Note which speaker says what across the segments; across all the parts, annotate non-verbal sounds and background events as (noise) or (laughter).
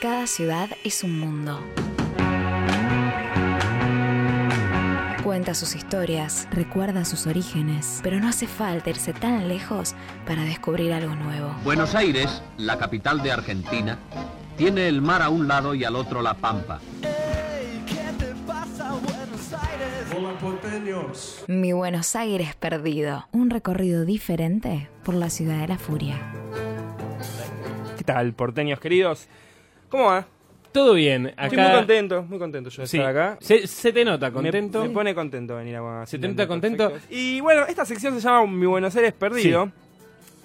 Speaker 1: Cada ciudad es un mundo. Cuenta sus historias, recuerda sus orígenes, pero no hace falta irse tan lejos para descubrir algo nuevo.
Speaker 2: Buenos Aires, la capital de Argentina, tiene el mar a un lado y al otro la pampa.
Speaker 3: Hola porteños.
Speaker 1: Mi Buenos Aires perdido. Un recorrido diferente por la ciudad de la furia.
Speaker 4: ¿Qué tal, porteños queridos? ¿Cómo va?
Speaker 5: Todo bien. Acá
Speaker 4: Estoy muy contento, muy contento yo de
Speaker 5: Sí.
Speaker 4: estar acá.
Speaker 5: Se, se te nota
Speaker 4: Me-
Speaker 5: contento.
Speaker 4: Me, pone contento venir a
Speaker 5: Se te nota contento.
Speaker 4: Y bueno, esta sección se llama Mi Buenos Aires Perdido.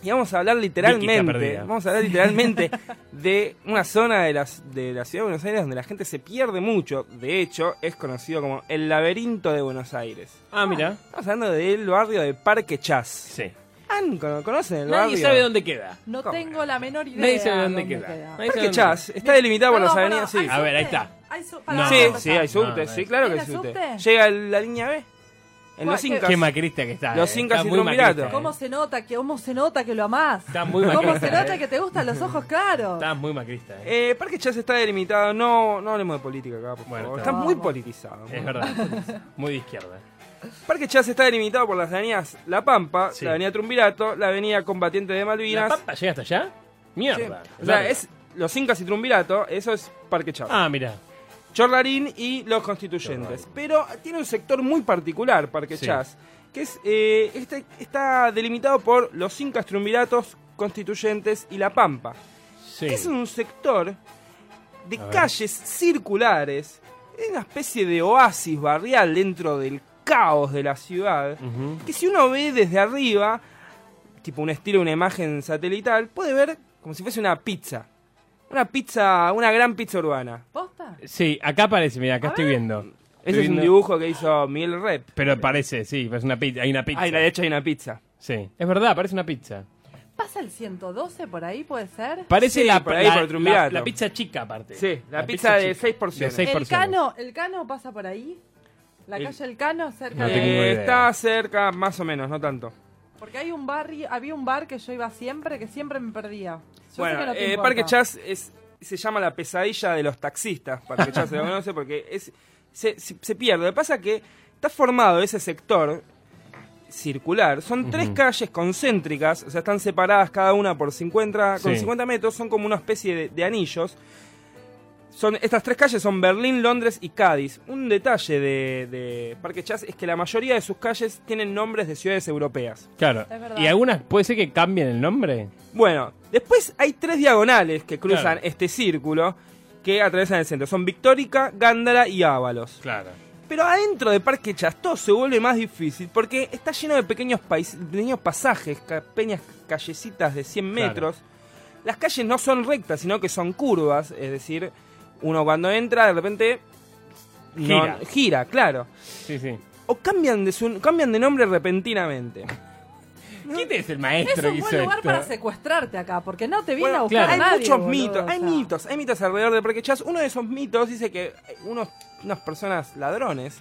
Speaker 4: Y vamos a hablar
Speaker 5: Vicky está
Speaker 4: literalmente,
Speaker 5: perdida.
Speaker 4: vamos a hablar literalmente
Speaker 5: (laughs)
Speaker 4: de una zona de, las, de la ciudad de Buenos Aires donde la gente se pierde mucho. De hecho, es conocido como el laberinto de Buenos Aires.
Speaker 5: Ah, mira.
Speaker 4: Estamos hablando del barrio de Parque Chas.
Speaker 5: Sí.
Speaker 4: Han- cono- ¿Conocen el barrio?
Speaker 5: Nadie sabe dónde queda.
Speaker 6: No
Speaker 4: ¿Cómo?
Speaker 6: tengo la menor idea.
Speaker 5: Nadie sabe dónde, queda. Nadie sabe
Speaker 4: Parque
Speaker 5: dónde
Speaker 4: Chas está delimitado por las
Speaker 6: Perdón,
Speaker 4: avenidas,
Speaker 6: pará,
Speaker 4: sí.
Speaker 5: A ver, ahí está.
Speaker 6: Hay su-
Speaker 5: No.
Speaker 6: para
Speaker 4: sí,
Speaker 6: empezar.
Speaker 4: sí, hay subte,
Speaker 5: no,
Speaker 4: sí,
Speaker 5: no.
Speaker 4: claro que
Speaker 6: ¿Tiene
Speaker 4: hay subte.
Speaker 6: subte?
Speaker 4: Llega la línea B. En los
Speaker 6: ¿Qué-
Speaker 4: Incas.
Speaker 5: queda. Qué macrista que está.
Speaker 4: Los
Speaker 5: eh.
Speaker 4: incas
Speaker 5: Está
Speaker 4: y
Speaker 5: muy
Speaker 4: triunvirato.
Speaker 5: macrista, eh.
Speaker 6: ¿Cómo se nota que cómo se nota que lo amás?
Speaker 5: Está muy
Speaker 6: ¿Cómo
Speaker 5: macrista.
Speaker 6: se nota
Speaker 5: eh.
Speaker 6: que te gustan los ojos claros?
Speaker 5: Está muy macrista. eh.
Speaker 4: Eh, Parque Chas está delimitado, no, no hablemos de política acá, por
Speaker 5: Bueno,
Speaker 4: favor.
Speaker 5: está
Speaker 4: Está
Speaker 5: Eh.
Speaker 6: bien.
Speaker 4: muy politizado.
Speaker 5: Es verdad. Muy
Speaker 4: (laughs)
Speaker 5: de izquierda.
Speaker 4: Parque Chas está delimitado por las avenidas La Pampa,
Speaker 5: Sí.
Speaker 4: la avenida Trumbirato, la avenida Combatiente de
Speaker 5: ¿La
Speaker 4: Malvinas.
Speaker 5: pampa llega hasta allá?
Speaker 4: Sí.
Speaker 5: Mierda.
Speaker 4: O sea,
Speaker 5: Larga.
Speaker 4: es los Incas y Trumbirato, eso es Parque Chas.
Speaker 5: Ah, mira.
Speaker 4: Chorlarín y los constituyentes. Pero tiene un sector muy particular, Parque
Speaker 5: Sí.
Speaker 4: Chas, que es, eh, este- está delimitado por los Incas, Triunviratos, Constituyentes y La Pampa.
Speaker 5: Sí.
Speaker 4: que es un sector de
Speaker 5: A ver.
Speaker 4: calles circulares, es una especie de oasis barrial dentro del caos de la ciudad,
Speaker 5: Ujú.
Speaker 4: que si uno ve desde arriba, tipo un estilo, una imagen satelital, puede ver como si fuese una pizza. Una pizza, una gran pizza urbana.
Speaker 6: ¿Posta?
Speaker 5: Sí, acá aparece, mira, acá estoy viendo. Estoy
Speaker 4: Ese es un
Speaker 5: viendo-
Speaker 4: dibujo que hizo Miguel Rep.
Speaker 5: Pero parece, sí, parece una pizza. Hay una pizza.
Speaker 4: Ah, y la derecha hay una pizza.
Speaker 5: Sí, es verdad, parece una pizza.
Speaker 6: ¿Pasa el 112 por ahí, puede ser?
Speaker 5: Parece
Speaker 4: Sí,
Speaker 5: la,
Speaker 4: por ahí,
Speaker 5: la-
Speaker 4: por el triunvirato.
Speaker 5: la- la pizza chica, aparte.
Speaker 4: Sí, la, pizza, de
Speaker 5: chica.
Speaker 4: 6 porciones.
Speaker 5: De seis
Speaker 6: ¿El
Speaker 5: personas.
Speaker 6: Cano, ¿El Cano pasa por ahí? ¿La
Speaker 4: El-
Speaker 6: calle El Cano cerca
Speaker 5: No
Speaker 4: Eh,
Speaker 5: tengo
Speaker 6: de...?
Speaker 5: idea.
Speaker 4: está cerca, más o menos, no tanto.
Speaker 6: Porque hay un barrio, había un bar que yo iba siempre, que siempre me perdía. Yo sé que
Speaker 4: Bueno,
Speaker 6: no te
Speaker 4: eh,
Speaker 6: importa.
Speaker 4: Parque Chas es- se llama la pesadilla de los taxistas. Parque Chas se lo conoce porque es, se, se- se pierde. Lo que pasa es que está formado ese sector circular. Son tres calles concéntricas, o sea, están separadas cada una por 50, con
Speaker 5: Sí.
Speaker 4: 50 metros. Son como una especie de, de anillos. Son, estas tres calles son Berlín, Londres y Cádiz. Un detalle de, de Parque Chas es que la mayoría de sus calles tienen nombres de ciudades europeas.
Speaker 5: Claro.
Speaker 6: Es verdad.
Speaker 5: Y algunas, puede ser que cambien el nombre.
Speaker 4: Bueno, después hay tres diagonales que cruzan
Speaker 5: Claro.
Speaker 4: este círculo que atraviesan el centro. Son Victórica, Gándara y Ábalos.
Speaker 5: Claro.
Speaker 4: Pero adentro de Parque Chastó se vuelve más difícil porque está lleno de pequeños, pais- pequeños pasajes, ca- pequeñas callecitas de 100
Speaker 5: Claro.
Speaker 4: metros. Las calles no son rectas, sino que son curvas. Es decir, uno cuando entra de repente... no-
Speaker 5: Gira.
Speaker 4: gira, claro.
Speaker 5: Sí, sí.
Speaker 4: O cambian de, su- cambian de nombre repentinamente.
Speaker 5: ¿Quién es el
Speaker 6: Es
Speaker 5: maestro
Speaker 6: un
Speaker 5: que hizo
Speaker 6: buen lugar
Speaker 5: esto?
Speaker 6: para secuestrarte acá, porque no te viene
Speaker 4: Bueno,
Speaker 6: a buscar
Speaker 5: claro.
Speaker 6: nadie,
Speaker 4: hay muchos
Speaker 6: boludo,
Speaker 4: mitos,
Speaker 6: o
Speaker 4: hay
Speaker 6: sea.
Speaker 4: mitos, hay mitos alrededor de Parque Chas. Uno de esos mitos dice que unos, unas personas ladrones,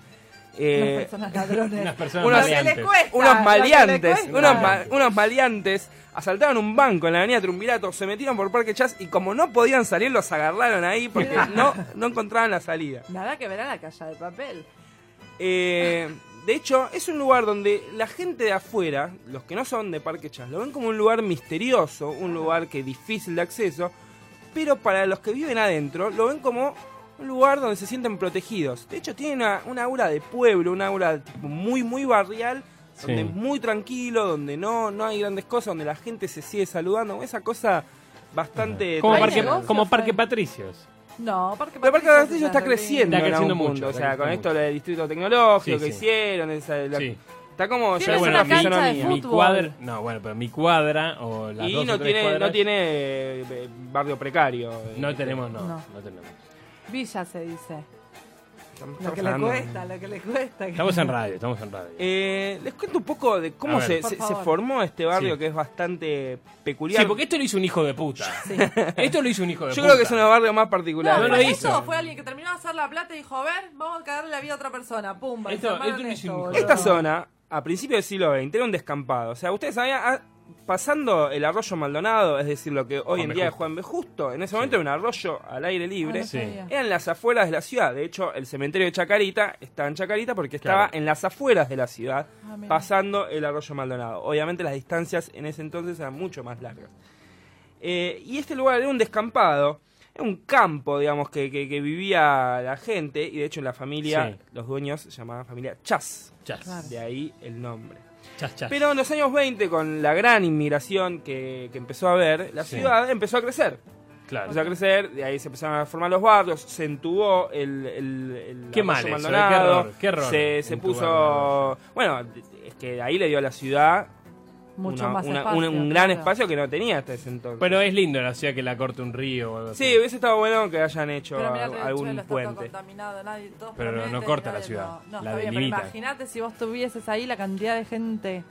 Speaker 4: eh,
Speaker 6: (laughs) Unas personas ladrones.
Speaker 5: Unas personas
Speaker 4: Unos-
Speaker 5: maleantes.
Speaker 4: unos maleantes, unos,
Speaker 6: unos
Speaker 4: ma- unos maleantes asaltaron un banco en la avenida Trumbirato, se metieron por Parque Chas y como no podían salir los agarraron ahí porque no, no encontraban la salida.
Speaker 6: Nada que ver a la calle de papel.
Speaker 4: Eh, de hecho, es un lugar donde la gente de afuera, los que no son de Parque Chas, lo ven como un lugar misterioso, un lugar que es difícil de acceso, pero para los que viven adentro, lo ven como un lugar donde se sienten protegidos. De hecho, tiene una, una aura de pueblo, una aura tipo, muy, muy barrial,
Speaker 5: Sí.
Speaker 4: donde es muy tranquilo, donde no, no hay grandes cosas, donde la gente se sigue saludando, esa cosa bastante...
Speaker 5: Como
Speaker 6: Hay
Speaker 5: Parque,
Speaker 4: tradicional.
Speaker 6: negocios,
Speaker 5: como Parque
Speaker 6: hay-
Speaker 5: Patricios.
Speaker 6: No, Parque
Speaker 4: Pero Parque
Speaker 6: Patricio
Speaker 4: Castillo está
Speaker 6: Fernández.
Speaker 4: creciendo,
Speaker 5: Está
Speaker 4: en algún
Speaker 5: creciendo mucho,
Speaker 4: punto, O
Speaker 5: está
Speaker 4: sea, con
Speaker 5: creciendo
Speaker 4: esto
Speaker 5: mucho.
Speaker 4: del distrito tecnológico
Speaker 5: Sí,
Speaker 4: que
Speaker 5: sí.
Speaker 4: hicieron, esa, la-
Speaker 5: Sí.
Speaker 4: está como
Speaker 6: Sí,
Speaker 4: ya
Speaker 6: es
Speaker 4: es
Speaker 6: una
Speaker 4: una
Speaker 6: cancha de
Speaker 4: fisonomía.
Speaker 6: fútbol.
Speaker 5: mi cuadra, no, bueno, pero mi cuadra o las
Speaker 4: Y
Speaker 5: dos o
Speaker 4: no
Speaker 5: tres
Speaker 4: tiene,
Speaker 5: cuadras-
Speaker 4: no tiene eh, barrio precario.
Speaker 5: no tenemos, no,
Speaker 6: No.
Speaker 5: no tenemos.
Speaker 6: Villa se dice.
Speaker 4: Estamos
Speaker 6: Lo que le
Speaker 4: hablando.
Speaker 6: cuesta, lo que le cuesta.
Speaker 5: Estamos en radio, estamos en radio.
Speaker 4: Eh, les cuento un poco de
Speaker 5: A
Speaker 4: cómo
Speaker 5: ver.
Speaker 4: se,
Speaker 6: Por
Speaker 4: se- se
Speaker 6: favor.
Speaker 4: formó este barrio
Speaker 5: Sí.
Speaker 4: que es bastante peculiar.
Speaker 5: sí, porque esto lo hizo un hijo de puta.
Speaker 6: Sí.
Speaker 5: (laughs) Esto lo hizo un hijo de
Speaker 4: Yo
Speaker 5: puta.
Speaker 4: creo que es un barrio más
Speaker 6: No,
Speaker 4: particular.
Speaker 5: No
Speaker 6: no
Speaker 5: lo
Speaker 6: eso
Speaker 5: hizo.
Speaker 6: fue alguien que terminó de hacer la plata y dijo, a ver, vamos a cagarle la vida a otra persona. Pumba. y
Speaker 5: Esto-
Speaker 6: se armaron
Speaker 5: esto no es un hijo.
Speaker 6: boludo.
Speaker 4: Esta zona, a principios del siglo XX, era un descampado. O sea, ustedes sabían, ah, pasando el arroyo Maldonado, es decir, lo que hoy
Speaker 5: Juan
Speaker 4: en
Speaker 5: B.
Speaker 4: día es
Speaker 5: Justo.
Speaker 4: Juan B. Justo, en ese momento era
Speaker 5: Sí.
Speaker 4: un arroyo al aire libre,
Speaker 6: Ah, no
Speaker 5: Sí.
Speaker 6: sabía.
Speaker 4: eran las afueras de la ciudad. De hecho, el cementerio de Chacarita estaba en Chacarita porque estaba
Speaker 5: Claro.
Speaker 4: en las afueras de la ciudad,
Speaker 6: Ah, mira.
Speaker 4: pasando el arroyo Maldonado. Obviamente las distancias en ese entonces eran mucho más largas. Eh, y este lugar era un descampado, era un campo, digamos, que, que- que vivía la gente, y de hecho la familia,
Speaker 5: Sí.
Speaker 4: los dueños, se llamaban familia Chas,
Speaker 5: Chas,
Speaker 6: Claro.
Speaker 4: de ahí el nombre.
Speaker 5: chas, chas.
Speaker 4: Pero en los años 20, con la gran inmigración que, que empezó a haber, la
Speaker 5: Sí.
Speaker 4: ciudad empezó a crecer.
Speaker 5: claro.
Speaker 4: Empezó a crecer, de ahí se empezaron a formar los barrios, se entubó el, el, el
Speaker 5: Qué
Speaker 4: arroyo
Speaker 5: mal eso, eh,
Speaker 4: Maldonado,
Speaker 5: qué error, qué error
Speaker 4: se, se
Speaker 5: entubar un
Speaker 4: puso...
Speaker 5: arroyo.
Speaker 4: Bueno, es que ahí le dio a la ciudad
Speaker 6: Mucho
Speaker 4: una-
Speaker 6: más
Speaker 4: una-
Speaker 6: espacio,
Speaker 4: un- un gran
Speaker 6: claro.
Speaker 4: espacio que no tenía hasta ese entonces.
Speaker 5: Pero es lindo la ciudad que la corte un río o algo así.
Speaker 4: sí, hubiese estado bueno que hayan hecho
Speaker 6: Pero mirá,
Speaker 4: al-
Speaker 6: el río
Speaker 4: algún
Speaker 6: Chuelo está todo
Speaker 4: puente.
Speaker 6: contaminado, nadie- todos
Speaker 5: Pero no
Speaker 6: prometen,
Speaker 5: corta la
Speaker 6: nadie-
Speaker 5: ciudad,
Speaker 6: no, no,
Speaker 5: la
Speaker 6: está bien, pero
Speaker 5: delimita.
Speaker 6: Imagínate si vos tuvieses ahí la cantidad de gente.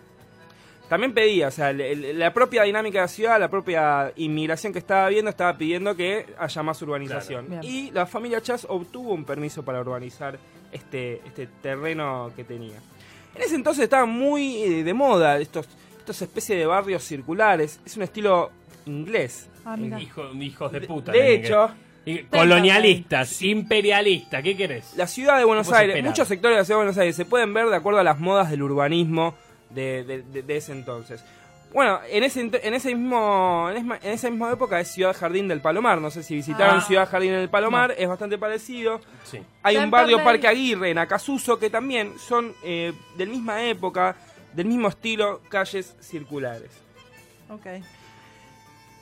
Speaker 4: También pedía, o sea, el- el- la propia dinámica de la ciudad, la propia inmigración que estaba viendo, estaba pidiendo que haya más urbanización.
Speaker 6: Claro. Bien.
Speaker 4: Y la familia Chas obtuvo un permiso para urbanizar este, este terreno que tenía. En ese entonces estaban muy eh, de moda estos, estos especies de barrios circulares. Es un estilo inglés.
Speaker 6: Ah, mira.
Speaker 5: Hijo- hijos de puta.
Speaker 4: de
Speaker 5: tienen que-
Speaker 4: hecho,
Speaker 5: Y- colonialistas, imperialistas, ¿qué querés?
Speaker 4: la ciudad de Buenos
Speaker 5: ¿Cómo se
Speaker 4: Aires,
Speaker 5: esperaba?
Speaker 4: muchos sectores de la ciudad de Buenos Aires se pueden ver de acuerdo a las modas del urbanismo de, de- de- de ese entonces. Bueno, en ese, ento- en ese mismo en esma- en esa misma época es Ciudad Jardín del Palomar. No sé si visitaron
Speaker 6: Ah.
Speaker 4: Ciudad Jardín del Palomar, es bastante parecido.
Speaker 5: Sí.
Speaker 4: Hay un
Speaker 6: Temperley.
Speaker 4: barrio Parque Aguirre en Acasuso que también son eh, del misma época, del mismo estilo, calles circulares.
Speaker 6: Ok.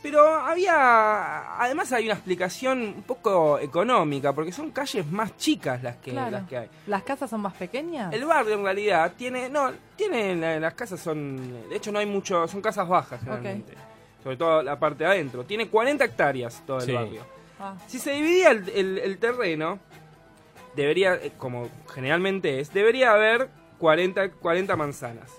Speaker 4: Pero había. Además, hay una explicación un poco económica, porque son calles más chicas las que,
Speaker 6: Claro.
Speaker 4: las que hay.
Speaker 6: ¿Las casas son más pequeñas?
Speaker 4: El barrio en realidad tiene, no, tiene la- las casas son, de hecho no hay mucho, son casas bajas generalmente. Sobre todo la parte de adentro. Tiene 40 hectáreas todo el
Speaker 5: Sí.
Speaker 4: barrio.
Speaker 6: Ah,
Speaker 4: Si se dividía el, el- el terreno, debería, eh, como generalmente es, debería haber 40, 40 manzanas.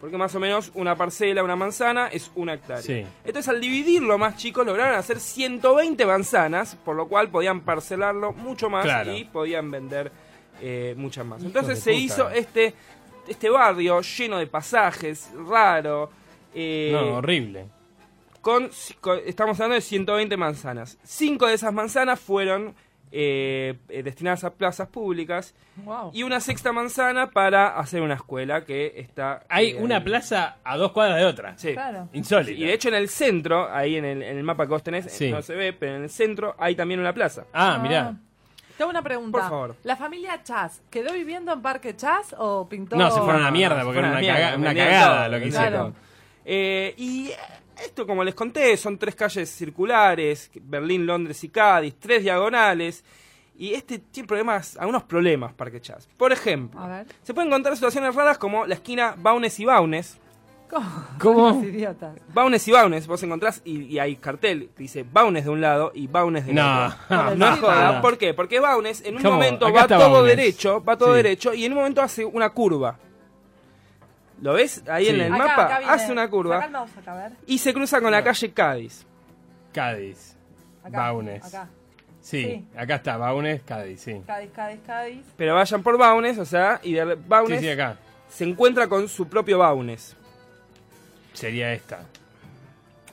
Speaker 4: Porque más o menos una parcela, una manzana es una hectárea.
Speaker 5: Sí.
Speaker 4: Entonces al dividirlo más chicos lograron hacer 120 manzanas, por lo cual podían parcelarlo mucho más
Speaker 5: Claro.
Speaker 4: y podían vender eh, muchas más.
Speaker 5: Hijos
Speaker 4: Entonces
Speaker 5: de
Speaker 4: se
Speaker 5: puta.
Speaker 4: hizo este, este barrio lleno de pasajes, raro. eh,
Speaker 5: No, horrible.
Speaker 4: con, con- estamos hablando de 120 manzanas. Cinco de esas manzanas fueron eh, eh, destinadas a plazas públicas
Speaker 6: wow.
Speaker 4: y una sexta manzana para hacer una escuela que está...
Speaker 5: Hay
Speaker 4: eh,
Speaker 5: una
Speaker 4: ahí.
Speaker 5: plaza a dos cuadras de otra.
Speaker 4: Sí.
Speaker 6: Claro.
Speaker 5: Insólito.
Speaker 4: Y de hecho en el centro, ahí en el, en el mapa que vos tenés,
Speaker 5: Sí.
Speaker 4: no se ve, pero en el centro hay también una plaza.
Speaker 5: Ah, mirá.
Speaker 6: Tengo una pregunta.
Speaker 4: Por favor.
Speaker 6: ¿La familia Chas quedó viviendo en Parque Chas o pintó?
Speaker 5: No, se fueron a
Speaker 6: (laughs)
Speaker 5: la mierda
Speaker 4: se
Speaker 5: porque era
Speaker 4: fueron a
Speaker 5: una,
Speaker 4: la mierda,
Speaker 5: caga- una
Speaker 4: vendieron
Speaker 5: cagada
Speaker 4: todo,
Speaker 5: lo que
Speaker 4: vendieron
Speaker 5: hicieron.
Speaker 6: Claro.
Speaker 4: Eh, y esto, como les conté, son tres calles circulares, Berlín, Londres y Cádiz, tres diagonales. Y este tiene problemas, algunos problemas Parque Chas. Por ejemplo,
Speaker 6: A ver.
Speaker 4: se pueden encontrar situaciones raras como la esquina Baunes y Baunes.
Speaker 6: ¿Cómo?
Speaker 5: ¿Cómo?
Speaker 6: Los idiotas.
Speaker 4: Baunes y Baunes, vos encontrás y, y hay cartel que dice Baunes de un lado y Baunes del
Speaker 5: (laughs) No,
Speaker 4: otro.
Speaker 6: Ah,
Speaker 4: No
Speaker 6: sí.
Speaker 4: es joda,
Speaker 5: Ah.
Speaker 4: ¿por qué? Porque Baunes en un
Speaker 5: ¿Cómo?
Speaker 4: momento
Speaker 5: Acá
Speaker 4: va
Speaker 5: está
Speaker 4: todo
Speaker 5: Baunes.
Speaker 4: derecho, va todo
Speaker 5: Sí.
Speaker 4: derecho y en un momento hace una curva. ¿Lo ves? Ahí en
Speaker 5: Sí.
Speaker 4: el
Speaker 6: Acá,
Speaker 4: mapa
Speaker 6: acá viene.
Speaker 4: hace una curva.
Speaker 6: Sacá el mouse acá, a ver.
Speaker 4: y se cruza con la calle Cádiz.
Speaker 5: Cádiz.
Speaker 6: Acá,
Speaker 5: Baunes.
Speaker 6: Acá.
Speaker 5: Sí,
Speaker 6: Sí.
Speaker 5: acá está, Baunes, Cádiz, sí.
Speaker 6: Cádiz, Cádiz, Cádiz.
Speaker 4: Pero vayan por Baunes, o sea, y de Baunes
Speaker 5: Sí, sí, acá.
Speaker 4: se encuentra con su propio Baunes.
Speaker 5: Sería esta.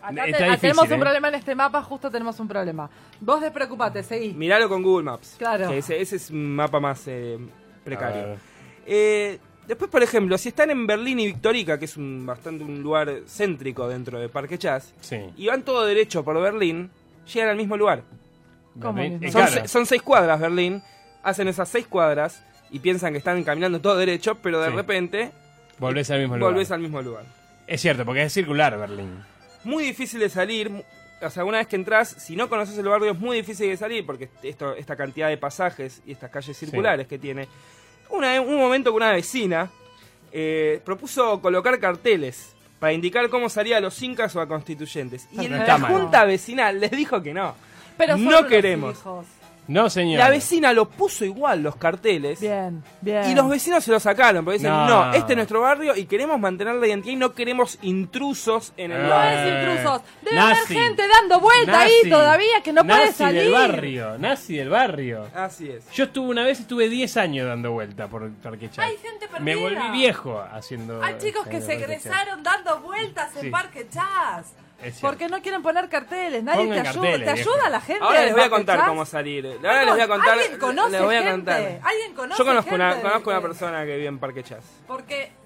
Speaker 6: Acá
Speaker 5: Está
Speaker 6: te- ah,
Speaker 5: difícil,
Speaker 6: tenemos un
Speaker 5: ¿eh?
Speaker 6: problema en este mapa, justo tenemos un problema. Vos despreocupate, seguí.
Speaker 4: Miralo con Google Maps.
Speaker 6: Claro.
Speaker 4: que ese, ese es un mapa más eh,
Speaker 5: A
Speaker 4: precario.
Speaker 5: ver.
Speaker 4: Eh, después, por ejemplo, si están en Berlín y Victorica, que es un, bastante un lugar céntrico dentro de Parque Chas,
Speaker 5: Sí.
Speaker 4: y van todo derecho por Berlín, llegan al mismo lugar.
Speaker 6: ¿Cómo
Speaker 5: Berlín.
Speaker 6: mismo?
Speaker 5: Eh,
Speaker 4: Son,
Speaker 5: claro.
Speaker 4: se- son seis cuadras Berlín, hacen esas seis cuadras y piensan que están caminando todo derecho, pero de
Speaker 5: Sí.
Speaker 4: repente
Speaker 5: Volvés al mismo lugar.
Speaker 4: volvés al mismo lugar.
Speaker 5: Es cierto, porque es circular Berlín.
Speaker 4: muy difícil de salir. mu- O sea, una vez que entras, si no conoces el barrio, es muy difícil de salir porque esto, esta cantidad de pasajes y estas calles circulares que tiene. Una, un momento que una vecina eh, propuso colocar carteles para indicar cómo salía a los incas o a constituyentes. Y en
Speaker 5: No
Speaker 4: la
Speaker 5: está mal.
Speaker 4: junta vecinal les dijo que no.
Speaker 6: Pero son
Speaker 4: no
Speaker 6: unos
Speaker 4: queremos.
Speaker 6: hijos.
Speaker 5: No, señor.
Speaker 4: La vecina lo puso igual los carteles.
Speaker 6: Bien, bien.
Speaker 4: Y los vecinos se lo sacaron, porque dicen, no.
Speaker 5: No.
Speaker 4: este es nuestro barrio y queremos mantener la identidad y no queremos intrusos en el
Speaker 5: Ah.
Speaker 6: No
Speaker 4: barrio.
Speaker 6: es intrusos. Debe
Speaker 5: Nazi.
Speaker 6: haber gente dando vuelta ahí
Speaker 5: Nazi.
Speaker 6: todavía que no puede
Speaker 5: Nazi del
Speaker 6: salir.
Speaker 5: barrio, nazi del barrio.
Speaker 4: Así es.
Speaker 5: Yo estuve una vez, estuve 10 años dando vuelta por Parquechal.
Speaker 7: Hay gente perdida.
Speaker 5: Me volví viejo haciendo.
Speaker 7: Hay chicos que
Speaker 5: haciendo
Speaker 7: se
Speaker 5: Parque Chas.
Speaker 7: egresaron dando vueltas en
Speaker 5: Sí.
Speaker 7: Parque Chas.
Speaker 5: Es cierto.
Speaker 6: Porque no quieren poner carteles, nadie
Speaker 5: Pongan
Speaker 6: te ayuda.
Speaker 5: carteles,
Speaker 6: ¿Te
Speaker 5: viejo.
Speaker 6: ayuda la gente?
Speaker 4: Ahora
Speaker 6: del
Speaker 4: les voy a
Speaker 6: Parque
Speaker 4: contar
Speaker 6: Chas?
Speaker 4: cómo salir. Ahora les voy a contar.
Speaker 7: ¿Alguien conoce
Speaker 4: les voy a
Speaker 7: gente?
Speaker 4: contar.
Speaker 7: ¿Alguien conoce
Speaker 4: Yo conozco
Speaker 7: gente
Speaker 4: una,
Speaker 7: de-
Speaker 4: conozco una
Speaker 7: de-
Speaker 4: persona que vive en Parque Chas.
Speaker 7: Porque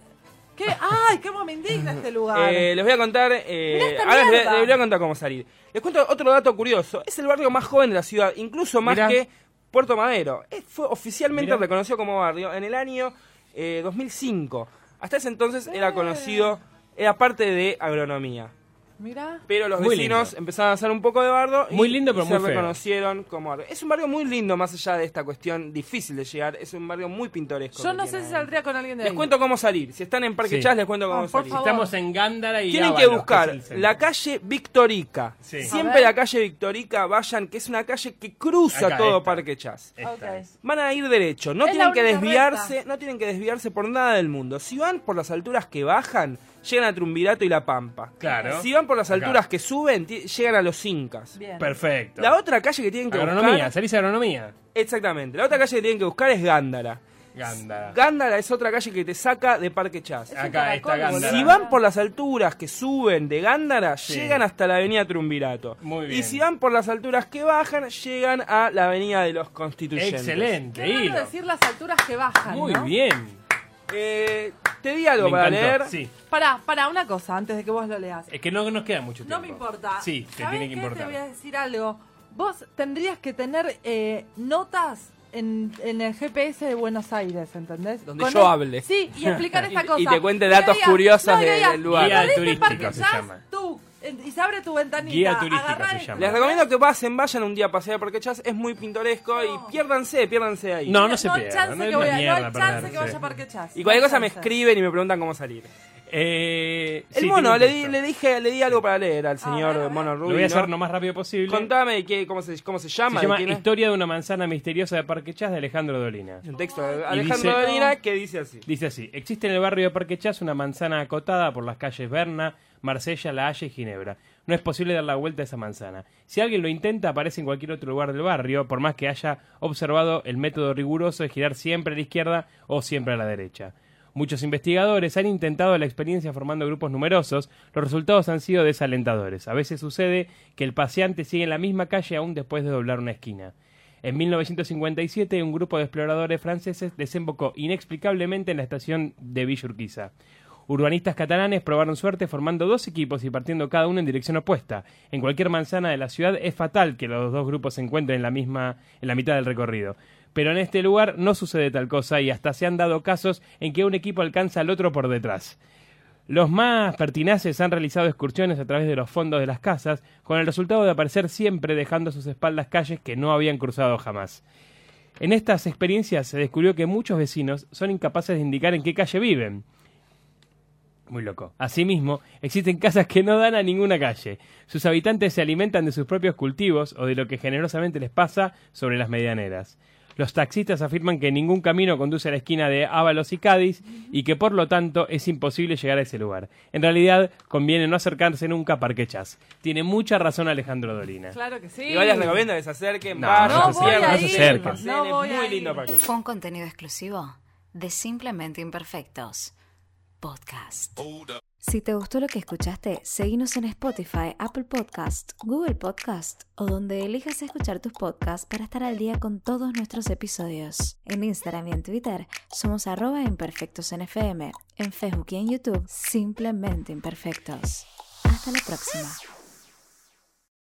Speaker 6: ¿Qué? ¡Ay, cómo me indigna este
Speaker 4: (laughs)
Speaker 6: lugar!
Speaker 4: Eh, les voy a contar. eh,
Speaker 7: Mirá esta
Speaker 4: ahora les,
Speaker 7: mierda.
Speaker 4: les voy a contar cómo salir. Les cuento otro dato curioso. Es el barrio más joven de la ciudad, incluso más
Speaker 5: Mirá.
Speaker 4: que Puerto Madero. Eh, Fue oficialmente
Speaker 5: Mirá.
Speaker 4: reconocido como barrio en el año eh, 2005. Hasta ese entonces era conocido, era parte de agronomía.
Speaker 6: Mirá.
Speaker 4: Pero los
Speaker 5: Muy
Speaker 4: vecinos
Speaker 5: lindo.
Speaker 4: empezaron a hacer un poco de bardo y,
Speaker 5: Muy lindo, pero
Speaker 4: y
Speaker 5: muy
Speaker 4: se
Speaker 5: feo.
Speaker 4: reconocieron como barrio. Es un barrio muy lindo, más allá de esta cuestión difícil de llegar. Es un barrio muy pintoresco.
Speaker 6: Yo
Speaker 4: que
Speaker 6: no
Speaker 4: tiene
Speaker 6: sé si
Speaker 4: ahí.
Speaker 6: saldría con alguien de ahí.
Speaker 4: Les cuento cómo salir. Si están en Parque
Speaker 5: Sí.
Speaker 4: Chas, les cuento cómo
Speaker 6: Ah, por
Speaker 4: salir.
Speaker 6: favor.
Speaker 5: Estamos en Gándara y.
Speaker 4: Tienen que
Speaker 5: Ábalos,
Speaker 4: buscar
Speaker 5: es el centro.
Speaker 4: la calle Victorica.
Speaker 5: Sí.
Speaker 6: A
Speaker 4: Siempre
Speaker 6: ver.
Speaker 4: la calle Victorica, vayan, que es una calle que cruza
Speaker 5: Acá,
Speaker 4: todo
Speaker 5: esta.
Speaker 4: Parque Chas.
Speaker 5: Esta
Speaker 6: Ok.
Speaker 5: es.
Speaker 4: Van a ir derecho, no
Speaker 6: Es la
Speaker 4: tienen que
Speaker 6: única
Speaker 4: desviarse,
Speaker 6: recta.
Speaker 4: no tienen que desviarse por nada del mundo. Si van por las alturas que bajan, llegan a Trumbirato y La Pampa.
Speaker 5: Claro.
Speaker 4: Si van por las
Speaker 5: Acá.
Speaker 4: alturas que suben, ti- llegan a los Incas.
Speaker 6: Bien.
Speaker 5: Perfecto.
Speaker 4: La otra calle que tienen que
Speaker 5: Agronomía,
Speaker 4: buscar,
Speaker 5: salís a agronomía.
Speaker 4: exactamente, la otra calle que tienen que buscar es Gándara.
Speaker 5: Gándara.
Speaker 4: Gándara es otra calle que te saca de Parque Chas.
Speaker 6: un
Speaker 5: Acá está
Speaker 6: caracol,
Speaker 5: Gándara.
Speaker 4: Si van por las alturas que suben de Gándara,
Speaker 5: Sí.
Speaker 4: llegan hasta la avenida Trumbirato.
Speaker 5: Muy
Speaker 4: Y
Speaker 5: bien.
Speaker 4: si van por las alturas que bajan, llegan a la avenida de los Constituyentes.
Speaker 5: Excelente,
Speaker 6: Qué raro
Speaker 5: hilo.
Speaker 6: decir las alturas que bajan,
Speaker 5: Muy
Speaker 6: ¿no?
Speaker 5: bien.
Speaker 4: Eh, te di algo
Speaker 5: Me
Speaker 4: para
Speaker 5: encantó,
Speaker 4: leer.
Speaker 5: Sí.
Speaker 6: Pará, pará, una cosa antes de que vos lo leas.
Speaker 5: Es que no nos queda mucho tiempo.
Speaker 6: No me importa.
Speaker 5: Sí, te
Speaker 6: ¿Sabés
Speaker 5: tiene que
Speaker 6: qué? Te
Speaker 5: importar.
Speaker 6: voy a decir algo. Vos tendrías que tener eh, notas en, en el GPS de Buenos Aires, ¿entendés?
Speaker 4: Donde yo
Speaker 6: el-
Speaker 4: hable.
Speaker 6: Sí, y
Speaker 4: (laughs)
Speaker 6: explicar esta
Speaker 4: Y- y
Speaker 6: cosa.
Speaker 4: te cuente datos
Speaker 6: digas-
Speaker 4: curiosos de-
Speaker 6: digas,
Speaker 4: del lugar.
Speaker 5: Guía
Speaker 6: "Perdiste
Speaker 5: turístico
Speaker 6: este Parque
Speaker 5: se
Speaker 6: Chas,
Speaker 5: llama.
Speaker 6: Tú, en- y se abre tu ventanita.
Speaker 5: Guía turística
Speaker 6: agarrá
Speaker 5: se
Speaker 6: el-
Speaker 5: llama.
Speaker 4: Les recomiendo que pasen, vayan un día a pasear porque Chas es muy pintoresco y piérdanse, piérdanse ahí.
Speaker 5: No, no se
Speaker 6: no hay
Speaker 5: pierda.
Speaker 6: chance
Speaker 5: No
Speaker 6: que
Speaker 5: hay
Speaker 6: voy
Speaker 5: una
Speaker 6: a- no hay
Speaker 5: mierda
Speaker 6: chance
Speaker 5: perderse.
Speaker 6: que vaya a Parque Chas.
Speaker 4: Y cualquier
Speaker 6: No hay
Speaker 4: cosa me
Speaker 6: chance.
Speaker 4: escriben y me preguntan cómo salir.
Speaker 5: Eh,
Speaker 4: El
Speaker 5: sí,
Speaker 4: mono, le
Speaker 5: tiene un
Speaker 4: di,
Speaker 5: gusto.
Speaker 4: le dije, le di algo para leer al señor
Speaker 6: bueno,
Speaker 4: Mono Rubio.
Speaker 5: Lo voy a hacer lo más rápido posible.
Speaker 4: Contame qué- cómo, se, cómo se
Speaker 5: Se
Speaker 4: llama.
Speaker 5: llama
Speaker 4: de quién es.
Speaker 5: Historia de una manzana misteriosa de Parque Chas de Alejandro Dolina.
Speaker 4: Un texto de
Speaker 5: Y dice-
Speaker 4: Alejandro Dolina que dice así.
Speaker 5: Dice así, existe en el barrio de Parque Chas una manzana acotada por las calles Berna, Marsella, La Haya y Ginebra. No es posible dar la vuelta a esa manzana. Si alguien lo intenta, aparece en cualquier otro lugar del barrio, por más que haya observado el método riguroso de girar siempre a la izquierda o siempre a la derecha. Muchos investigadores han intentado la experiencia formando grupos numerosos. Los resultados han sido desalentadores. A veces sucede que el paseante sigue en la misma calle aún después de doblar una esquina. En 1957, un grupo de exploradores franceses desembocó inexplicablemente en la estación de Villa Urquiza. Urbanistas catalanes probaron suerte formando dos equipos y partiendo cada uno en dirección opuesta. En cualquier manzana de la ciudad es fatal que los dos grupos se encuentren en la misma en la mitad del recorrido. Pero en este lugar no sucede tal cosa y hasta se han dado casos en que un equipo alcanza al otro por detrás. Los más pertinaces han realizado excursiones a través de los fondos de las casas, con el resultado de aparecer siempre dejando a sus espaldas calles que no habían cruzado jamás. En estas experiencias se descubrió que muchos vecinos son incapaces de indicar en qué calle viven. Muy loco. Asimismo, existen casas que no dan a ninguna calle. Sus habitantes se alimentan de sus propios cultivos o de lo que generosamente les pasa sobre las medianeras. Los taxistas afirman que ningún camino conduce a la esquina de Ábalos y Cádiz y que por lo tanto es imposible llegar a ese lugar. En realidad, conviene no acercarse nunca a Parquechas. Tiene mucha razón Alejandro Dolina.
Speaker 6: Claro que sí.
Speaker 4: Igual les recomiendo que se acerquen,
Speaker 5: No,
Speaker 4: vayan,
Speaker 5: no se
Speaker 4: pierdan,
Speaker 5: acerquen, no se acerquen.
Speaker 4: pasen,
Speaker 6: No voy
Speaker 4: es muy
Speaker 6: a
Speaker 4: lindo
Speaker 6: ir.
Speaker 4: para que
Speaker 1: Fue un contenido exclusivo de Simplemente Imperfectos Podcast. Si te gustó lo que escuchaste, seguinos en Spotify, Apple Podcast, Google Podcast o donde elijas escuchar tus podcasts para estar al día con todos nuestros episodios. En Instagram y en Twitter somos arroba imperfectos en FM, en Facebook y en YouTube, Simplemente Imperfectos. Hasta la próxima.